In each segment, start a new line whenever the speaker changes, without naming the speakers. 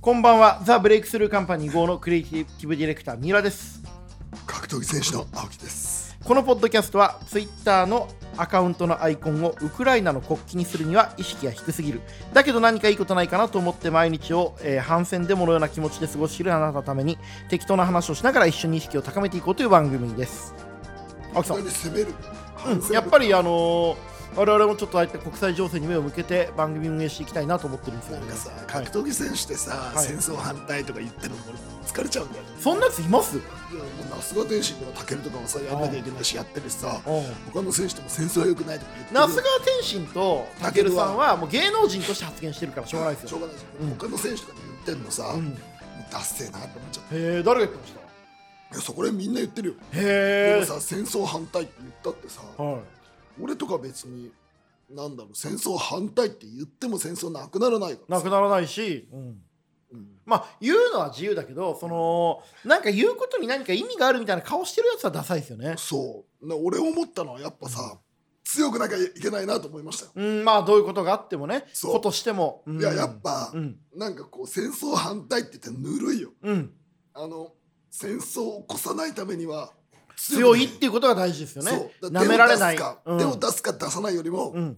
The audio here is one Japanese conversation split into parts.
こんばんは、ザ・ブレイクスルーカンパニー号のクリエイティブディレクター、三浦です。
格闘技選手の青木です
このポッドキャストは、ツイッターのアカウントのアイコンをウクライナの国旗にするには意識が低すぎる。だけど何かいいことないかなと思って毎日を、えー反戦デモのような気持ちで過ごしているあなたのために、適当な話をしながら一緒に意識を高めていこうという番組です。青木さん
本当に攻める、
うん、やっぱりあのー我々もちょっとああいった国際情勢に目を向けて番組運営していきたいなと思ってるんですよ
なんかさ
はい
格闘技選手ってさ、
い
戦争反対とか言ってるのも疲れちゃうんだよね
そんなやついます
いやもう那須川天心とか武尊とかもさやんなきゃいけないしやってるしさ
那
他の選手とも戦争は良くないとか言って
須
る
川天心とたけるさんはもう芸能人として発言してるからしょうがないです
しょ
よ、
うがないじゃ
うんん
他の選手とかに言ってんのさ、
う、
もうん
へ
ダッセーなって思っちゃっ
え誰が言ってました
てそこら辺みんな言ってるよで
へ
もさ戦争反対って言ったってさ
え、はい、
俺とか別になんだろう戦争反対って言っても戦争なくならないか
な
らさ
くならないし、うん、
うん
まあ言うのは自由だけどそのなんか言うことに何か意味があるみたいな顔してるやつはダサいですよね
そうな俺思ったのはやっぱさ、強くなきゃいけないなと思いましたよ、
うんまあどういうことがあってもね
そう
ことしても、うん
いややっぱ、
うん
なんかこう戦争反対って言ってぬるいよ
うん
あの戦争を起こさないためには
強いっ
く
ていうことが大事ですよ
な
ね
い。そうだ
舐められない。
手を出すか、
うん
手を出すか出さないよりも、
うん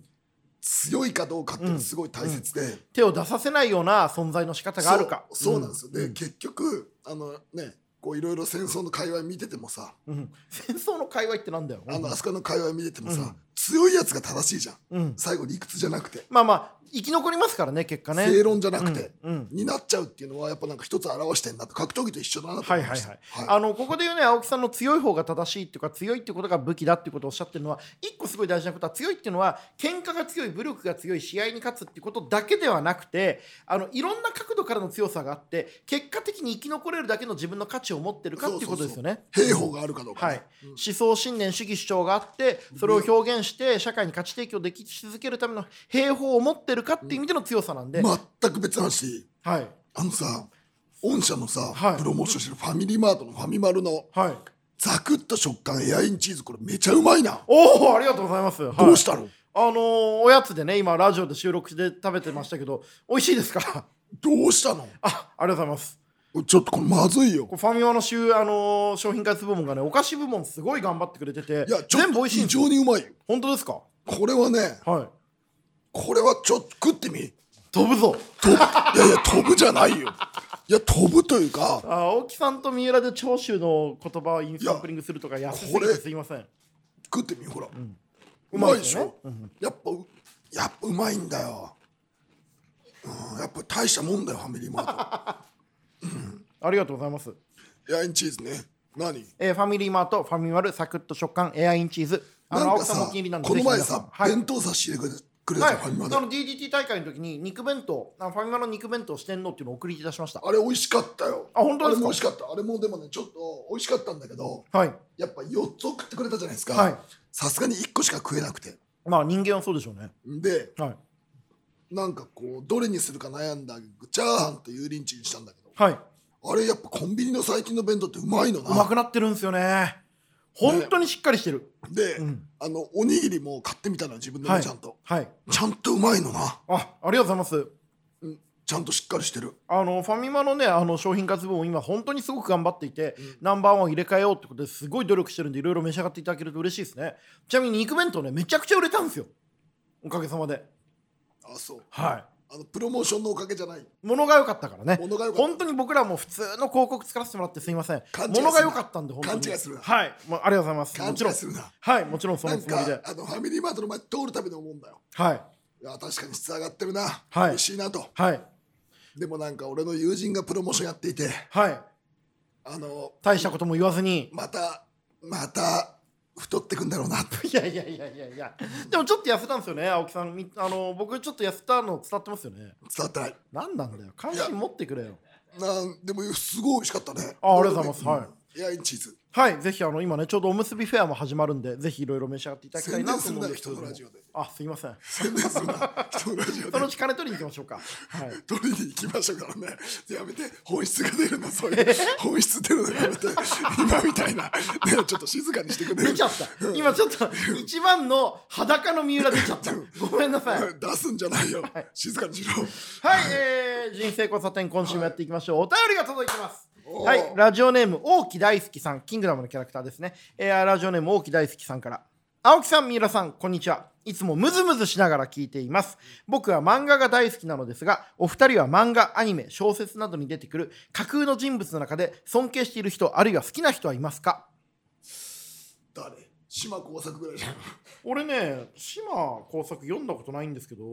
強いかどうかってすごい大切で、
手を出させないような存在の仕方があるか。
そうそうなんですよ、
う
で結局あのねこういろいろ戦争の界隈見ててもさ、
うん戦争の界隈ってなんだよ。
あのあそこの界隈見ててもさ、
うん
強いやつが正しいじゃん
うん
最後理屈じゃなくて、
まあまあ生き残りますからね結果ね。
正論じゃなくて、
うんうん
になっちゃうっていうのはやっぱなんか一つ表してんなと格闘技と一緒だなと
は
思
い
い
は
ま
い
した
はい、
はい
あのここで言うね青木さんの強い方が正しいっていうか強いってことが武器だっていうことをおっしゃってるのは一個すごい大事なことは強いっていうのは喧嘩が強い武力が強い試合に勝つっていうことだけではなくてあのいろんな角度からの強さがあって結果的に生き残れるだけの自分の価値を持ってるかっていうことですよね。
兵法があるかどうか、
は
ね
い、思想信念主義主張があってそれを表現して社会に価値提供でき続けるための兵法を持ってるかっていう意味での強さなんで、
全く別の話でいい
はい
あのさ御社のさ、
はい
プロモーションしてるファミリーマートのファミマルの
はい
ザクッと食感エアインチーズこれめちゃうまいな、
おおありがとうございます、はい
どうしたの
あのーおやつでね今ラジオで収録で食べてましたけど美味しいですか
どうしたの
あありがとうございます
ちょっとこれまずいよ
これファミマの週、あのー商品開発部門がねお菓子部門すごい頑張ってくれてて
いやちょ
全部
っ
美
と
味しいん
非
ですよ
常にうまいよ
本当ですか
これはね
はい
これはちょっと食ってみ
飛ぶぞ
といやいや飛ぶじゃないよいや飛ぶというか
あ青木さんと三浦で長州の言葉をインサンプリングするとか安すぎ
こ
て
れ
すいません
食ってみほら、う
うまい
まい
で
ですし
よね
ょ、やっぱうやっぱうまいんだよ、うん、やっぱ大したもんだよファミリーマー
ありがとうございます。
トヤインチーズね何
えーファミリーマート、ファミマル、サクッと食感、エアインチーズ。あの、
なん
青
か
木さんもお
さ
気に入りなんで、
この前
ぜひ皆
さ、
んはい。
弁当差し入れくれくれた
は
じ
い
ゃん、ファミマ、で
あの DDT 大会の時に肉弁当あのファミマの肉弁当四天王っていうのを送り出しました
あれ美味しかったよ
あ本当ですか
あれも美味しかったあれもでもねちょっと美味しかったんだけど
はい
やっぱ4つ送ってくれたじゃないですか
はい
さすがに1個しか食えなくて
まあ人間はそうでしょうね
で
はい
なんかこうどれにするか悩んだチャーハンと油淋鶏にしたんだけど
はい
あれやっぱコンビニの最近の弁当ってうまいのな
うまくなってるんですよね本当にしっかりしてる、
で、
うん
あのおにぎりも買ってみたのよ自分で
は
も
い
ちゃんと、
はい
ちゃんとうまいのな
あありがとうございます
ちゃんとしっかりしてる
あのファミマのねあの商品活動も今本当にすごく頑張っていて、ナンバーワンを入れ替えようってことですごい努力してるんでいろいろ召し上がっていただけると嬉しいですねちなみに肉弁当ねめちゃくちゃ売れたんですよおかげさまで
あそう
はい
あのプロモーションのおかげじゃない
物が良かったからね
物が良かった
本当に僕らも普通の広告作らせてもらってすいません
勘違いするな
物が良かったんで本当に
勘違いするな
はい、まあ、ありがとうございます
勘
もち
違
ろん
いするな
はいもちろんそ
な
の
ん
つもりで
かあのファミリーマートの前通るたびに思うんだよ
はい
いや確かに質上がってるな、
はい
嬉しいなと
はい
でもなんか俺の友人がプロモーションやっていて
はい
あの
大したことも言わずに
またまた太ってくんだろうなって
いやいやいやいやいやでもちょっと痩せたんですよね青木さんみあの僕ちょっと痩せたの伝わってますよね
伝わってない
何なんだよ関心持ってくれよ
なんでもすごい美味しかったね
あありがとうございますはい
エアイン チーズ
はい、ぜひあの今ねちょうどおむすびフェアも始まるんでぜひいろいろ召し上がっていただきたい
宣
な
伝
と
すん
思う
なんよ
ですけ
人
ど
の
も
ラジオで
あすいません
宣伝すんな人のラジオ
そ
で
のうち金取りに行きましょうかはい
取りに行きましょうからねやめて本質が出るのそういう本質出るのやめて今みたいな、ね、ちょっと静かにしてくれ
出
る
ちゃった今ちょっと一番の裸の三浦出ちゃったごめんなさいはい、
出すんじゃないよ、静かにしろ
えー人生交差点今週もやっていきましょうお便りが届いてます
おー
はいラジオネーム大木大好きさんキングダムのキャラクターですね、えーラジオネーム大木大好きさんから青木さん三浦さんこんにちはいつもムズムズしながら聞いています僕は漫画が大好きなのですがお二人は漫画アニメ小説などに出てくる架空の人物の中で尊敬している人あるいは好きな人はいますか
誰島工作ぐらいじゃん
俺ね島工作読んだことないんですけど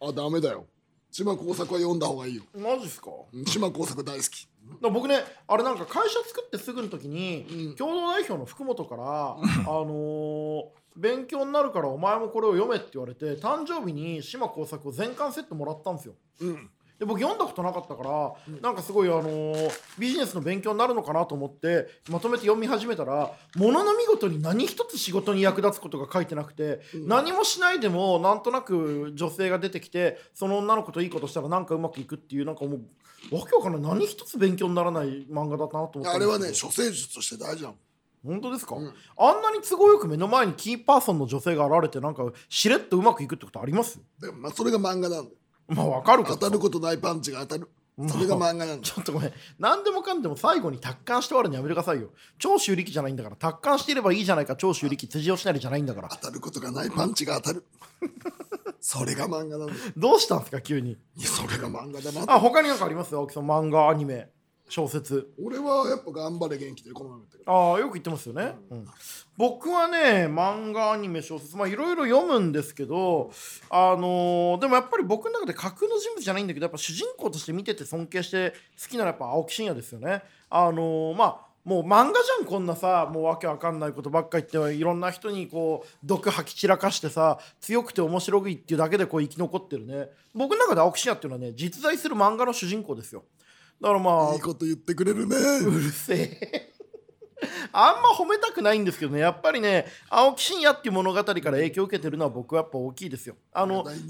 あダメだよ島工作は読んだ方がいいよ
マジっすか
うん島工作大好き
だ僕ねあれなんか会社作ってすぐの時に、
うん
共同代表の福本から、あのー勉強になるからお前もこれを読めって言われて誕生日に島耕作を全巻セットもらったんですよ
うん
で僕読んだことなかったから、なんかすごい、あのービジネスの勉強になるのかなと思ってまとめて読み始めたらものの見事に何一つ仕事に役立つことが書いてなくて、
うん
何もしないでもなんとなく女性が出てきてその女の子といいことしたらなんかうまくいくっていうなんかもうわけわかんない何一つ勉強にならない漫画だったなと思って
あれはね処世術として大事なの
本当ですか、
うん
あんなに都合よく目の前にキーパーソンの女性が現れてなんかしれっとうまくいくってことあります
でもまあそれが漫画なんだよ
まあわかるけ
当
ど
たることないパンチが当たるそれが漫画なんだ
ち
よ
ょっとごめん何でもかんでも最後に達観して終わるのやめてくださいよ長州力じゃないんだから達観していればいいじゃないか長州力辻吉成じゃないんだから
当たることがないパンチが当た るそれが漫画なんだよ
どうしたんですか急に
いやそれが漫画だな
あ他に何かあります青木さん漫画アニメ小説
俺はやっぱ頑張れ元気でこのまま言ったけど
ああよく言ってますよね、うん、僕はね漫画アニメ小説まあいろいろ読むんですけどあのーでもやっぱり僕の中で架空の人物じゃないんだけどやっぱ主人公として見てて尊敬して好きなのはやっぱ青木真也ですよねあのーまあもう漫画じゃんこんなさもうわけわかんないことばっか言っていろんな人にこう毒吐き散らかしてさ強くて面白いっていうだけでこう生き残ってるね僕の中で青木真也っていうのはね実在する漫画の主人公ですよだからまあ
いいこと言ってくれるね
うるせえあんま褒めたくないんですけどねやっぱりね青木真也っていう物語から影響を受けてるのは僕はやっぱ大きいですよあの
ないね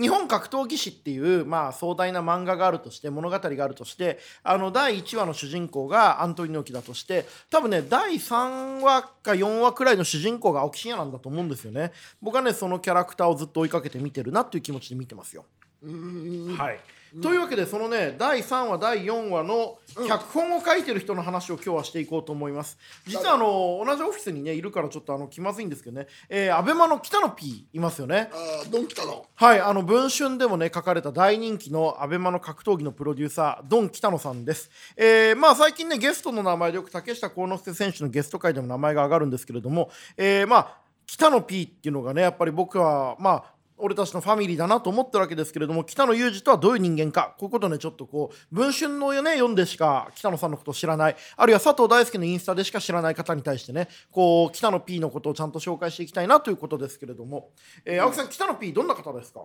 日本格闘技師っていう、まあ、壮大な漫画があるとして物語があるとしてあの第1話の主人公がアントニオ猪木だとして多分ね第3話か4話くらいの主人公が青木真也なんだと思うんですよね僕はねそのキャラクターをずっと追いかけて見てるなっていう気持ちで見てますよ
うんうんうん
はい、というわけでそのね第3話第4話の脚本を書いてる人の話を今日はしていこうと思います実はあの同じオフィスにねいるからちょっとあの気まずいんですけどね、えー、アベマの北野 P いますよね
あードンキタの
はいあの文春でもね書かれた大人気のアベマの格闘技のプロデューサードン北野さんです、えーまあ最近ねゲストの名前でよく竹下幸之助選手のゲスト会でも名前が上がるんですけれども、えーまあ北野 P っていうのがねやっぱり僕はまあ俺たちのファミリーだなと思ってるわけですけれども北野裕二とはどういう人間かこういうことをねちょっとこう文春の、ね、読んでしか北野さんのことを知らないあるいは佐藤大輔のインスタでしか知らない方に対してねこう北野 P のことをちゃんと紹介していきたいなということですけれども、えー青木さん北野 P どんな方ですか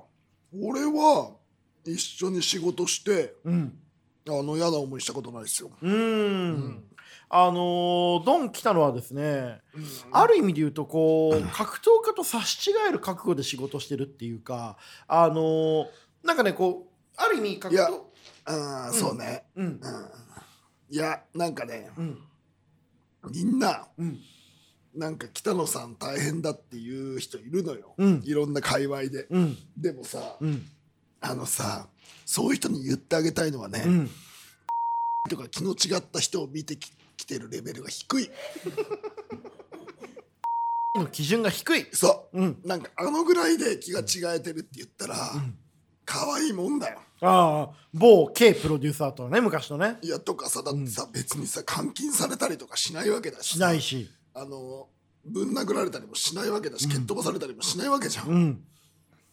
俺は一緒に仕事して
うん
あの嫌な思いしたことないですよ、
うーんあのードン北野はですね
あ
ある意味で言うとこう格闘家と差し違える覚悟で仕事してるっていうかあのーなんかねこうある意味格
いや
闘
あーそうね、
うん
うん、いやなんかね
うん
みんな
うん
なんか北野さん大変だっていう人いるのよ、
うん
いろんな界隈で
うん
でもさ
うん
あのさそういう人に言ってあげたいのはね、
うん
とか気の違った人を見てききてるレベルが低い
の基準が低い
そ
うん
うなんかあのぐらいで気が違えてるって言ったら、可愛いもんだよ
ああ某 K プロデューサーとのね昔のね
いやとかさだってさ、別にさ監禁されたりとかしないわけだし
し
さ
ないし
あのぶん殴られたりもしないわけだし、蹴っ飛ばされたりもしないわけじゃん、
うん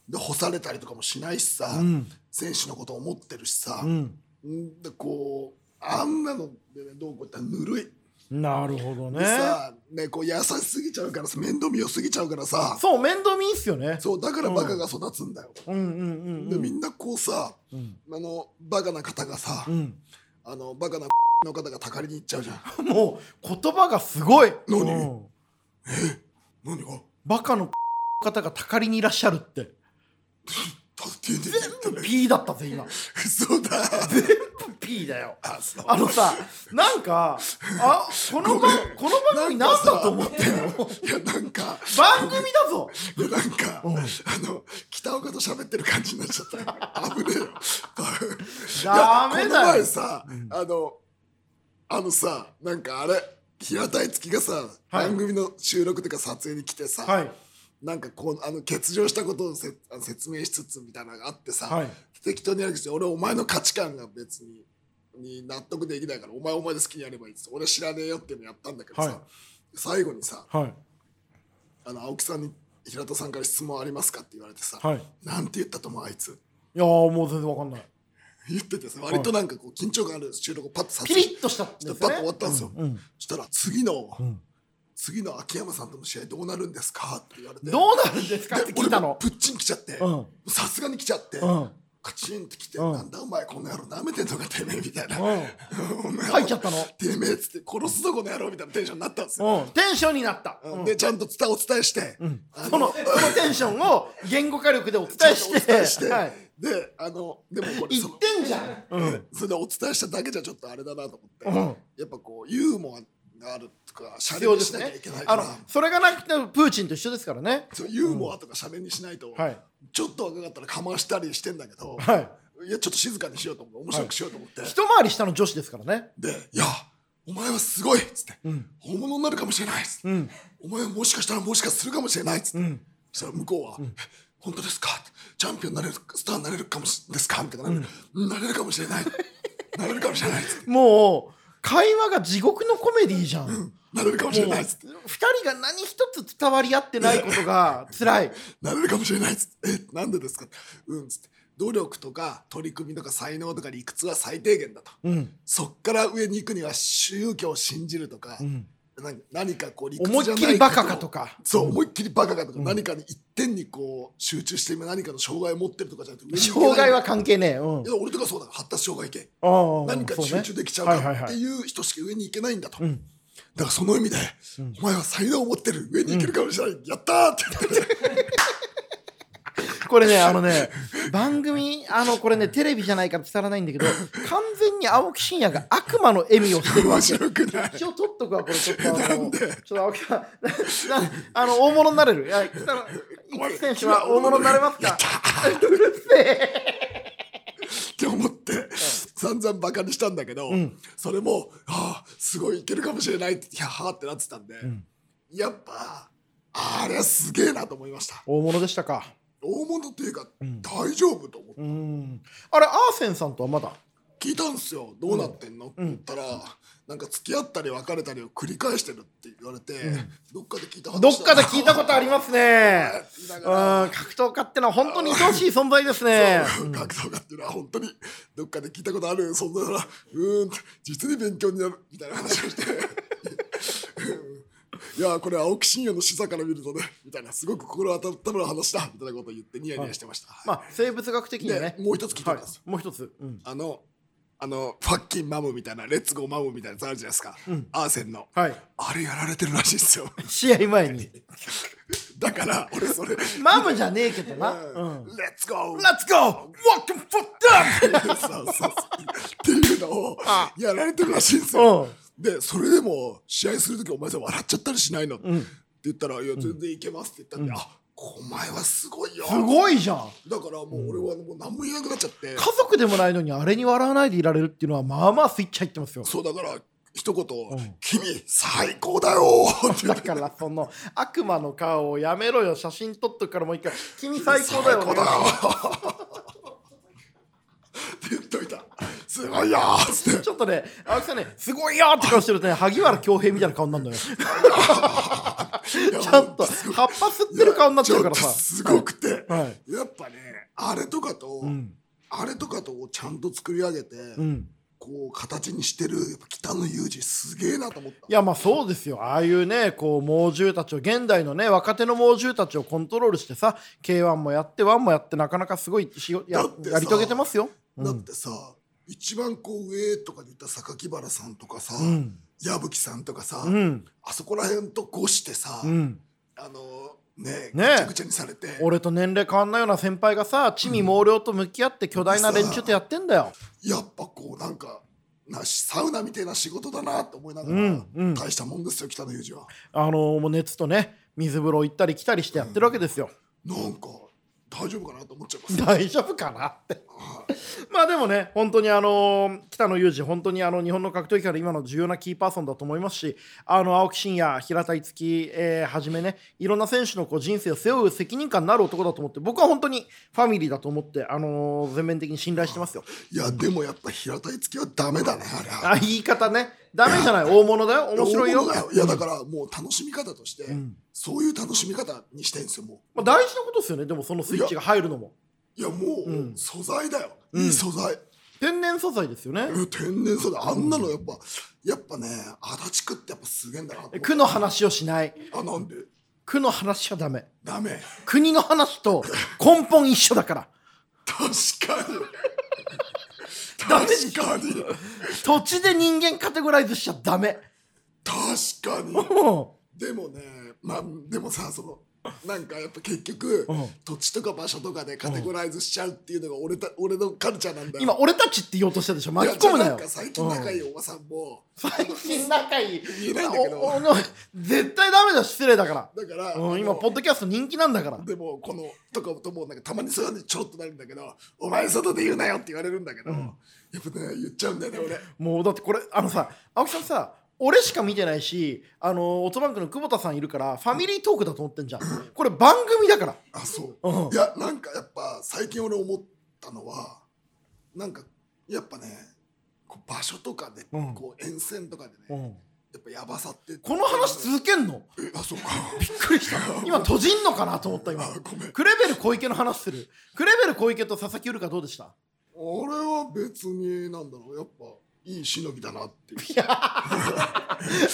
で干されたりとかもしないしさ、
うん
選手のこと思ってるしさ、
うん
んでこうあんなので、ね、どうこうってぬるい、
なるほど
で
ね
さ、ね、こう優しすぎちゃうからさ面倒見よすぎちゃうからさ
そう面倒見いいっすよね
そうだからバカが育つんだよ、
うんうんうん
で
うん
みんなこうさ
うん
あのバカな方がさ、
うん
あのバカなの方がたかりに行っちゃうじゃ ん。
もう言葉がすごい
何
うん
何が
バカの方がたかりにいらっしゃるって
だって全部
P だったぜ今
嘘だ。
P だよ
あ、そう。
あのさなんかあこの番この番組なんだと思ってんの
いや、なんか、
番組だぞ
いや、なんか、
うん
あの、北岡と喋ってる感じになっちゃった。危ねえよ。
ダメ
いやこの
だ
前
よ
さ、あの、あのさ、なんかあれ、平田樹がさ、
はい
番組の収録とか撮影に来てさ、
はい
なんかこう、あの、欠場したことをせあの説明しつつみたいなのがあってさ、
はい
適当にやるけど俺お前の価値観が別にに納得できないからお前お前で好きにやればいいです俺知らねえよっていうのやったんだけどさ、
はい
最後にさ
はい
あの青木さんに平田さんから質問ありますかって言われてさ、
はいい
なんて言ったと思うあいつ
やーもう全然わかんない
言っててさ割となんかこう緊張感ある収録をパッと撮
ピ
影
リ
し
ッとしたんです
て
よね
パッと終わったんですよ、
うん
そしたら次の、
ん
次の秋山さんとの試合どうなるんですかって言われて
どうなるんですかって
で
聞いた
俺も
の
プッチン来ちゃって
うん
さすがに来ちゃって、
うん
カチンって来て、
うん
なんだお前この野郎舐めてんのかてめえみたいな、
う
お前
ん入っちゃったの
てめえっつって殺すぞこの野郎みたいなテンションになったんですよ、
うんテンションになったうん
でちゃんと伝お伝えして、あ
そのそのテンションを言語化力でお伝
ちゃん
え
と
して
お伝えして、
はい
であのでもこれ
言
そ
っ
の
てんじゃん、うん、
それでお伝えしただけじゃちょっとあれだなと思って、
うん
やっぱこうユーモアがあるとかシャ
必
レ
要
に
で
し
す
なきゃ
ね
いけないか
あ
ら
のそれがなくてもプーチンと一緒ですからね
そうユーモアとかシャレにしないと、
はい
ちょっと若かったらかましたりしてんだけど、
はい
い、やちょっと静かにしようと思って面白くしようと思って、
一回り下の女子ですからね
で「いやお前はすごい!」っつって、
ん
本物になるかもしれない」っつって、
ん
お前はもしかしたらもしかするかもしれない」っつって、
ん
そしたら向こうは「本当ですか?」チャンピオンになれるスターになれるかもしですか?」みたいな、うんなれるかもしれない」「なれるかもしれない」っつって
もう会話が地獄のコメディじゃん、
「なれるかもしれない」っつって
2人が何一つ伝わり合ってないことが辛い
「なれるかもしれない」っつって「えなんでですか?」うん」っつって「努力とか取り組みとか才能とか理屈は最低限だ」と。
うん
そっから上に行くには宗教を信じるとか、
ん
何何かこう理屈
思いっきりバカかとか
そう、思いっきりバカかとか、何かに一点にこう集中して今何かの障害を持ってるとかじゃなくて、
障害は
上に行
関係ねえうん
けないんだいや俺とかそうだ、発達障害系。
ああ
何かに
そうね
集中できちゃうから
はいはい
っ
は
て
い
いう人しか上に行けないんだと。
ん
だからその意味で、お前は才能を持ってる、上に行けるかもしれない、やったーって言 って、
これね、あのね、番組、あの、これね、テレビじゃないから伝わらないんだけど、完全に青木真也が悪魔の笑みをしてるわ
面
け。
白くない。
一応取っとくわ、これちょっと あ
なん
の、
で
ちょっと青木さん、な なあの、大物になれる。いや、北野
お前
一選手は大物になれます
やっ
か
たーって思って、散々バカにしたんだけど、それも、ああ、すごいいけるかもしれないって、いやはーってなってたんで、やっぱ、あれすげえなと思いました。
大物でしたか。
大物っていうか、大丈夫と思って、
うん。あれ、アーセンさんとはまだ。
聞いたんすよどうなってんの、って言ったらなんか付き合ったり別れたりを繰り返してるって言われて、どっかで聞いた話
どっかで聞いたことあり
す
ますね。
だ
うん、
から
格闘家ってのは本当に愛おしい存在ですね。
格闘家っていうのは本当にどっかで聞いたことあるそんなならうーん実に勉強になるみたいな話をしてうんいやこれ青木真也の視座から見るとねみたいなすごく心温まる話だみたいなことを言ってニヤニヤしてました、
まあ、生物学的にはね
で。もう一つ聞いて
は
ます、
い、もう一つ。うん。
あの、あの、ファッキンマムみたいな、レッツゴーマムみたいなやつあるじゃないですか。アーセンの。
はい。
あれやられてるらしいですよ。
試合前に。
だから、俺それ、
マムじゃねえけどな。 うん。
レッツゴー
Let's go! Welcome for that!
そうそうそうっていうのを
あ
やられてるらしいんですよ。で、それでも、試合するときお前さ、笑っちゃったりしないの、って言ったら、いや、全然いけますって言ったんで、あ、お前はすごいよ。
すごいじゃん。
だからもう俺はもう何も言えなくなっちゃって。
家族でもないのにあれに笑わないでいられるっていうのはまあまあスイッチ入ってますよ。
そうだから、一言、
ん
君、最高だよって言
だ
って
からその悪魔の顔をやめろよ写真撮っとくからもう一回君最高だよ
最高だよって言っといた。すごいよーっつって。
ちょっとね青木さんねすごいよって顔してるとね萩原恭平みたいな顔になる のよちゃんと葉っぱ吸ってる顔になっちゃうから
いやちょっと
さ
すごくて、
は
やっぱね、あれとかと、
ん
あれとかとをちゃんと作り上げて、
うん
こう形にしてる、やっぱ北野裕二すげえなと思った。
いやまあそうですよああいうねこう猛獣たちを現代のね若手の猛獣たちをコントロールしてさ k 1もやって1もやってなかなかすごいしや
だってさ
やり遂げてますよ、うん
だってさ、一番こう上とかで言った榊原さんとかさ、
うん
矢吹さんとかさ、
うん
あそこら辺とこうしてさ、
うん
あのねぐ
ね
ちゃぐちゃにされて
俺と年齢変わんないような先輩がさ地味猛量と向き合って巨大な連中とやってんだよ。
やっぱこうなんかなサウナみたいな仕事だなと思いながら、
うんうん
大したもんですよ北野裕二は。
あのもう熱とね水風呂行ったり来たりしてやってるわけですよ。
なんか大丈夫かなと思っちゃいます。
大丈夫かなって。まあでもね、本当にあの北野裕二、本当にあの日本の格闘技から今の重要なキーパーソンだと思いますし、あの青木真也、平田樹き、えーはじめね、いろんな選手のこう人生を背負う責任感のある男だと思って、僕は本当にファミリーだと思って、あの全面的に信頼してますよ。
いやでもやっぱ平田樹はダメだねあれは。
あ言い方ね、ダメじゃない、大物だよ、面白いよ。
大物だいやだからもう楽しみ方として、
ん
そういう楽しみ方にしてんですよも
まあ、大事なことですよね、でもそのスイッチが入るのも。
う。いやもう、
うん
素材だよ。
うん
いい素材。
天然素材ですよね。
うん天然素材あんなのやっぱ、やっぱね足立区ってやっぱすげえんだなと思って。
区の話をしない、
あなんで
区の話はダメ。
ダメ。
国の話と根本一緒だから
確 かに。確かに。
土地で人間カテゴライズしちゃダメ
確かに。
も
でもね、まあ、でもさ、その、なんかやっぱ結局、
うん
土地とか場所とかでカテゴライズしちゃうっていうのが俺た、俺のカルチャーなんだ
う
よ。
今俺たちって言おうとしたでしょ
い
巻
や
き込むな
じゃあ
よ
んか最近仲いいおばさんも、
最近仲いい
言えないんだけど
おおの絶対ダメだよ失礼だから
だから、
うん、
あの
今ポッドキャスト人気なんだから
でもこのとかともなんかたまにそういうのにちょろっとなるんだけど「お前外で言うなよ」って言われるんだけど、やっぱね言っちゃうんだよね俺
もうだってこれあのさ青木さんさ俺しか見てないしあのオートバンクの久保田さんいるからファミリートークだと思ってんじゃんこれ番組だから
あそう、
うん
いやなんかやっぱ最近俺思ったのはなんかやっぱねこう場所とかで、
うん
こう沿線とかでね、
う
や
ん
っぱやばさって
この話続けんの
えあそうか
びっくりした今閉じんのかなと思った今
あごめん
クレベル小池の話するクレベル小池と佐々木うるかどうでした
俺は別になんだろうやっぱいいしのぎだなっていう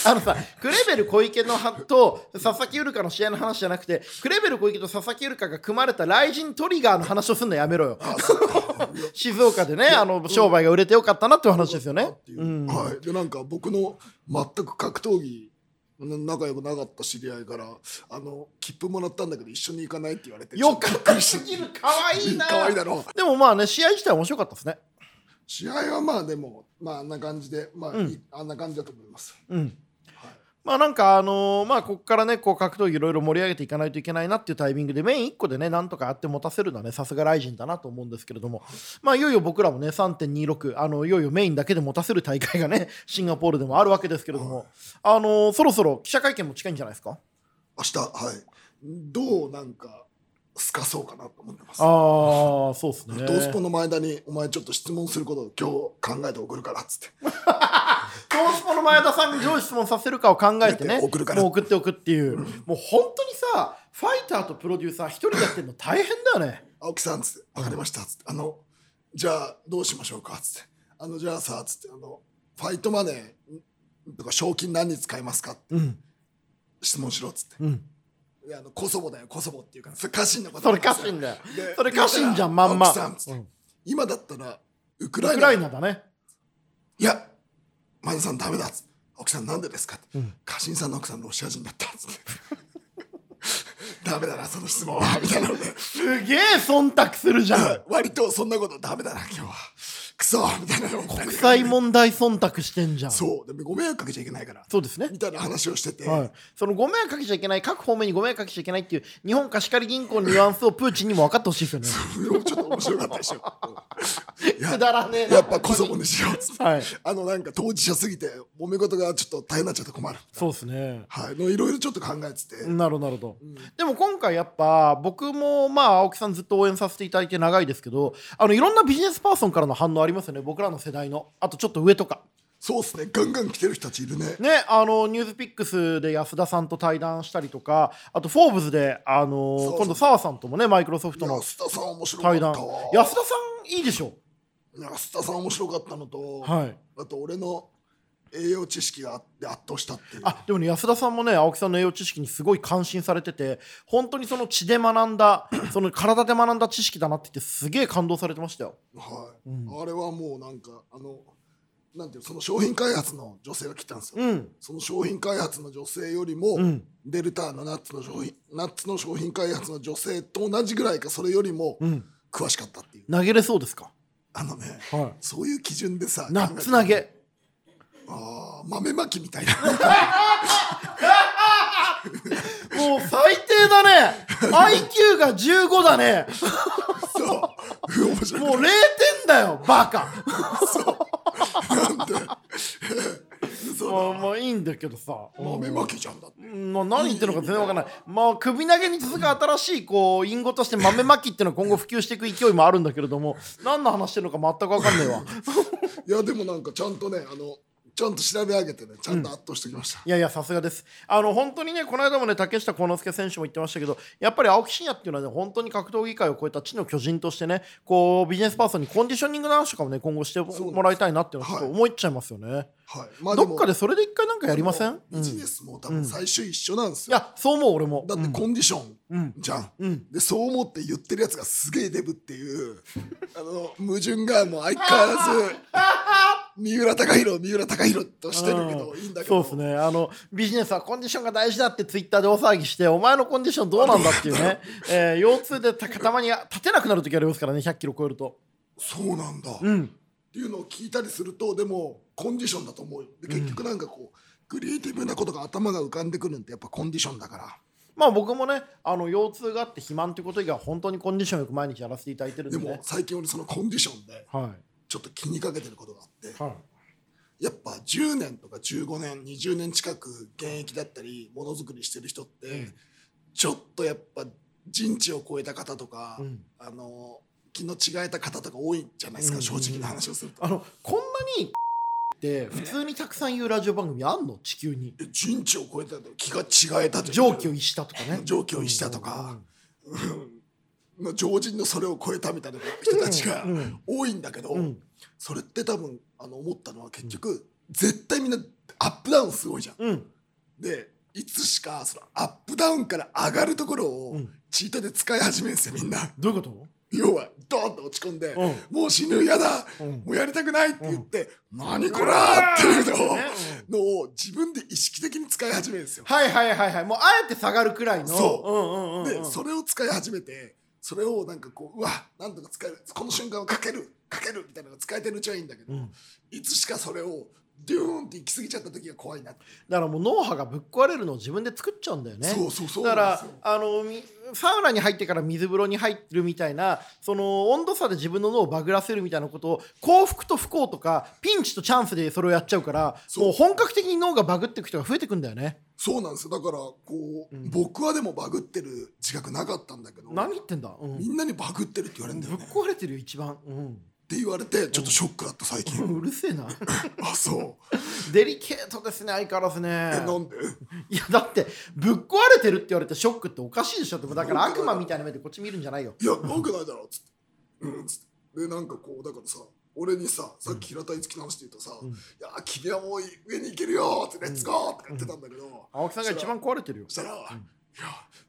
あのさクレベル小池のはと佐々木うるかの試合の話じゃなくてクレベル小池と佐々木うるかが組まれた雷神トリガーの話をするのやめろよ
あそうかいや
静岡でねあの商売が売れてよかったなっていう話ですよね
っていう
うん
はい、でなんか僕の全く格闘技な仲良くなかった知り合いからあの切符もらったんだけど一緒に行かないって言われて
よかったすぎるかわいいな
可愛いだろ
でもまあね試合自体は面白かったですね
試合はまあでもまああんな感じでまあ、
うん
いあんな感じだと思います
うん
はい
まあなんかあのーまあここからねこう格闘技いろいろ盛り上げていかないといけないなっていうタイミングでメイン1個でねなんとかやって持たせるのはねさすがライジンだなと思うんですけれどもまあいよいよ僕らもね3.26あのいよいよメインだけで持たせる大会がね シンガポールでもあるわけですけれども、あのーそろそろ記者会見も近いんじゃないですか
明日はいどうなんかすかそうかなと思ってます
ああそうですね
ドースポの前田に「お前ちょっと質問することを今日考えて送るから」っつって
トースポの前田さんにどう質問させるかを考えてね、
送るから
もう送っておくっていう、もう本当にさ、ファイターとプロデューサー、一人でやってるの大変だよね。
「青木さん」っつって「分かりました」っつって「あのじゃあどうしましょうか」っつって「あのじゃあさ」っつって「あのファイトマネーとか賞金何に使いますか?」って
うん、
質問しろっつって
うん、
「であのコソボだよコソボ」っていうからそれ家臣のこと
それ家臣だよ。
で
それ家臣じゃん、まんま。
青木さっつって
うん
今だったらウクラ
ウ
イ
ク
ナ
ライナだね。
いや前田さんダメだっつって青木さんなんでですか?」って
うん
「家臣さんの奥さんロシア人だった」っつって 「ダメだなその質問は」みたいなのです
げえ忖度するじゃん。
割とそんなことダメだな今日はクソみたいなのを
国際問題忖度してんじゃん。そう
そうでもご迷惑かけちゃいけな いから
ですね
み。たいな話をしてて、
はい、そのご迷惑かけちゃいけない各方面にご迷惑かけちゃいけないっていう日本貸し借り銀行のニュアンスをプーチンにも分かってほしいですよね。
ちょっと面白かったでし ょいや
くだらねえな。
やっぱこそもにしようっつって、
はい
あのなんか当事者すぎて揉め事がちょっと大変になっちゃって困る
そうですね。
はいのいろいろちょっと考えてて、
なるほどなるほど、でも今回やっぱ僕もまあ青木さんずっと応援させていただいて長いですけどあのいろんなビジネスパーソンからの反応ありますよね僕らの世代のあとちょっと上とか
そうっすねガンガン来てる人たちいるね
ねあのニュースピックスで安田さんと対談したりとかあとフォーブズであの
そうそう
今度澤さんともねマイクロソフトの
安田さん面白かっ
対
た
談
わ
安田さんいいでしょ
安田さん面白かったのと、
はい
あと俺の栄養知識があって圧倒したっていう
あでもね安田さんもね青木さんの栄養知識にすごい感心されてて本当にその血で学んだ その体で学んだ知識だなって言ってすげえ感動されてましたよ。
はい、
うん
あれはもうなんかあのなんていうのその商品開発の女性が来たんですよ、
うん
その商品開発の女性よりも、
うん
デルターのナッツの商品ナッツの商品開発の女性と同じぐらいかそれよりも
うん、
詳しかったっていう、
投げれそうですか、
あのね
は
そういう基準でさ
い、ナッツ投
考えて
げ
あー豆まきみたいな
もう最低だ ね IQ が15だね
そう面白い
もう0点だよバカ
なんてそう
もうもういいんだけどさ
豆まきじゃんだって
もう何言ってるのか全然わからない、まあ、首投げに続く新しいこう隠語として豆まきっていうのは今後普及していく勢いもあるんだけれども何の話してるのか全くわかんないわ
いやでもなんかちゃんとねあのちゃんと調べ上げてねちゃんと圧倒してきました、
いやいやさすがですあの本当にねこの間もね竹下幸之助選手も言ってましたけどやっぱり青木真也っていうのはね本当に格闘技界を超えた地の巨人としてねこうビジネスパーソンにコンディショニングの話とかもね今後してもらいたいなっていうのはちょっと思いっちゃいますよね、
はいま
どっかでそれで一回なんかやりません、う
ビ
ん
ジネスも多分最終一緒なんです
い
よ、
やそう思う俺も
だってコンディション
うん
じゃん、
うん
でそう思って言ってるやつがすげえデブっていうあの矛盾がもう相変わら ず三浦貴大三浦貴大としてるけど
うん
いいんだけ
そう
ど
ですねあのビジネスはコンディションが大事だってツイッターで大騒ぎしてお前のコンディションどうなんだっていう ね、えー腰痛でたたまに立てなくなる時ありますからね100キロ超えると
そうなんだ、
う
っ
ん
ていうのを聞いたりするとでもコンディションだと思うよで結局なんかこうクリエイティブなことが頭が浮かんでくるんってやっぱコンディションだから
まあ僕もねあの腰痛があって肥満ということ以外は本当にコンディションよく毎日やらせていただいてるん
で
で
も
ね
最近俺そのコンディションで
は
ちょっと気にかけてることがあって
いはい
やっぱ10年とか15年20年近く現役だったりものづくりしてる人って、
うん
ちょっとやっぱ人知を超えた方とか、
うん
あの気の違えた方とか多いじゃないですか、
うん
正直な話をすると。
あのこんなにって普通にたくさん言うラジオ番組あんの地球に
え人知を超えたと気が違えたという
常軌を逸したとかね
常軌を逸したとか、の常人のそれを超えたみたいな人たちが
うんうん
多いんだけど、
うんうん
それって多分あの思ったのは結局、絶対みんなアップダウンすごいじゃん。
うん
でいつしかそのアップダウンから上がるところを
うん
チートで使い始めるんですよみんな
どういうこと
要はドーンと落ち込んで、
うん
もう死ぬ嫌だ、
うん
もうやりたくないって言って、何こらーっていうのを,、
ね
のを自分で意識的に使い始めるんですよ、
はいはいはいはいもうあえて下がるくらいの
そう
うんうんうんうん
でそれを使い始めてそれをなんかこううわなんとか使えるこの瞬間をかけるかけるみたいなのが使えてるうちはいいんだけど、
うん
いつしかそれをデューンって行き過ぎちゃった時が怖いなって、
だからもう脳波がぶっ壊れるのを自分で作っちゃうんだよね
そうそうそう
だ
なん
か
ですよ
らあのみサウナに入ってから水風呂に入ってるみたいなその温度差で自分の脳をバグらせるみたいなことを幸福と不幸とかピンチとチャンスでそれをやっちゃうから
そう
もう本格的に脳がバグっていく人が増えてくんだよね
そうなんですよだからこう、
うん
僕はでもバグってる自覚なかったんだけど
何言ってんだ、うん、
みんなにバグってるって言われるんだ
ぶ
よ
っ
ねっ
壊れてるよ一番、うん、
て言われてちょっとショックだった最近
うるせえ な
あそう
デリケートですね相変わらずね
えなんで
いやだってぶっ壊れてるって言われてショックっておかしいでしょってだから悪魔みたいな目でこっち見るんじゃないよ
いやなんかないだろうつってうんつってでなんかこうだからさ俺にささっき平田樹の話で言うとさ「
うん
いや君はもう上に行けるよ」って「レッツゴー!」って言ってたんだけど、
青木さんが一番壊れてるよ
そしたら「いや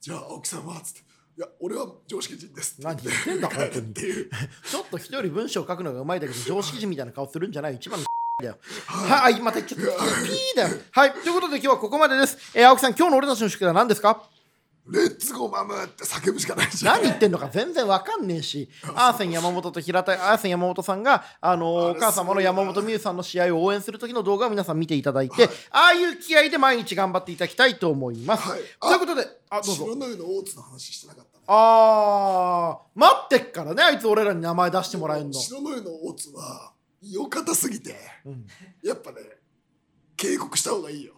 じゃあ青木さんは」つって「いや俺は常識人です」って
何言ってんだ本当
っ
に
ていう
ちょっと人より文章を書くのがうまいだけど常識人みたいな顔するんじゃない一 番のだよはい、また言っちゃった。ピーだよ。はい、ということで今日はここまでです。えー青木さん、今日の俺たちの宿題は何ですか
「レッツゴーマム!」って叫ぶしかないじゃん
何言ってんのか全然わかんねえ し、アーセン山本と平田、アーセン山本さんが、あのー
あ
お
れ
母様の山本美優さんの試合を応援する時の動画を皆さん見ていただいて、ああいう気合で毎日頑張っていただきたいと思います。
はいあ
ということで、あ、どうぞ
白。の湯の大津の話してなかったね
あー、待ってっからね、あいつ俺らに名前出してもらえんの。
白の湯の大津は良かったすぎて
うん
やっぱね警告した方がいいよ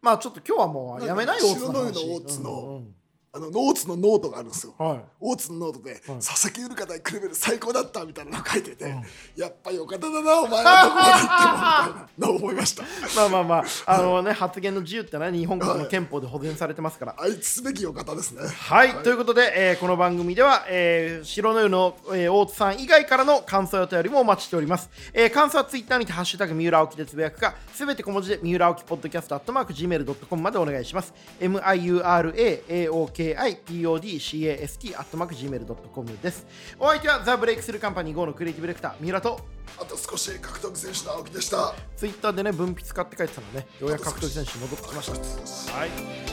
まあちょっと今日はもうやめないよ
白の湯の大津の
うんうん
あのノーツのノートがあるんですよ。
は
大津のノートで、佐々木ゆるか対クレベル最高だったみたいなの書いてて、
うん
やっぱよかっただなお前はどこまで行ってもみたいなのを思いました
い、まあまあまあ、あのね、発言の自由ってのは日本国の憲法で保全されてますから。
愛知すべきよかったですね
はい、ということで、えーこの番組では、えー白の湯の、えー大津さん以外からの感想やお便りもお待ちしております、えー感想はツイッターにて「ハッシュタグ三浦青木」でつぶやくかすべて小文字で三浦青木ポッドキャストアットマーク Gmail.com までお願いします MIURAAOKIPODCAST アットマーク Gmail.com ですお相手はザ・ブレイクスルーカンパニー GO のクリエイティブディレクター三浦と
あと少し格闘技選手の青木でした
ツイッターでね分泌買って書いてたのねようやく格闘技選手に戻ってきました
た
はい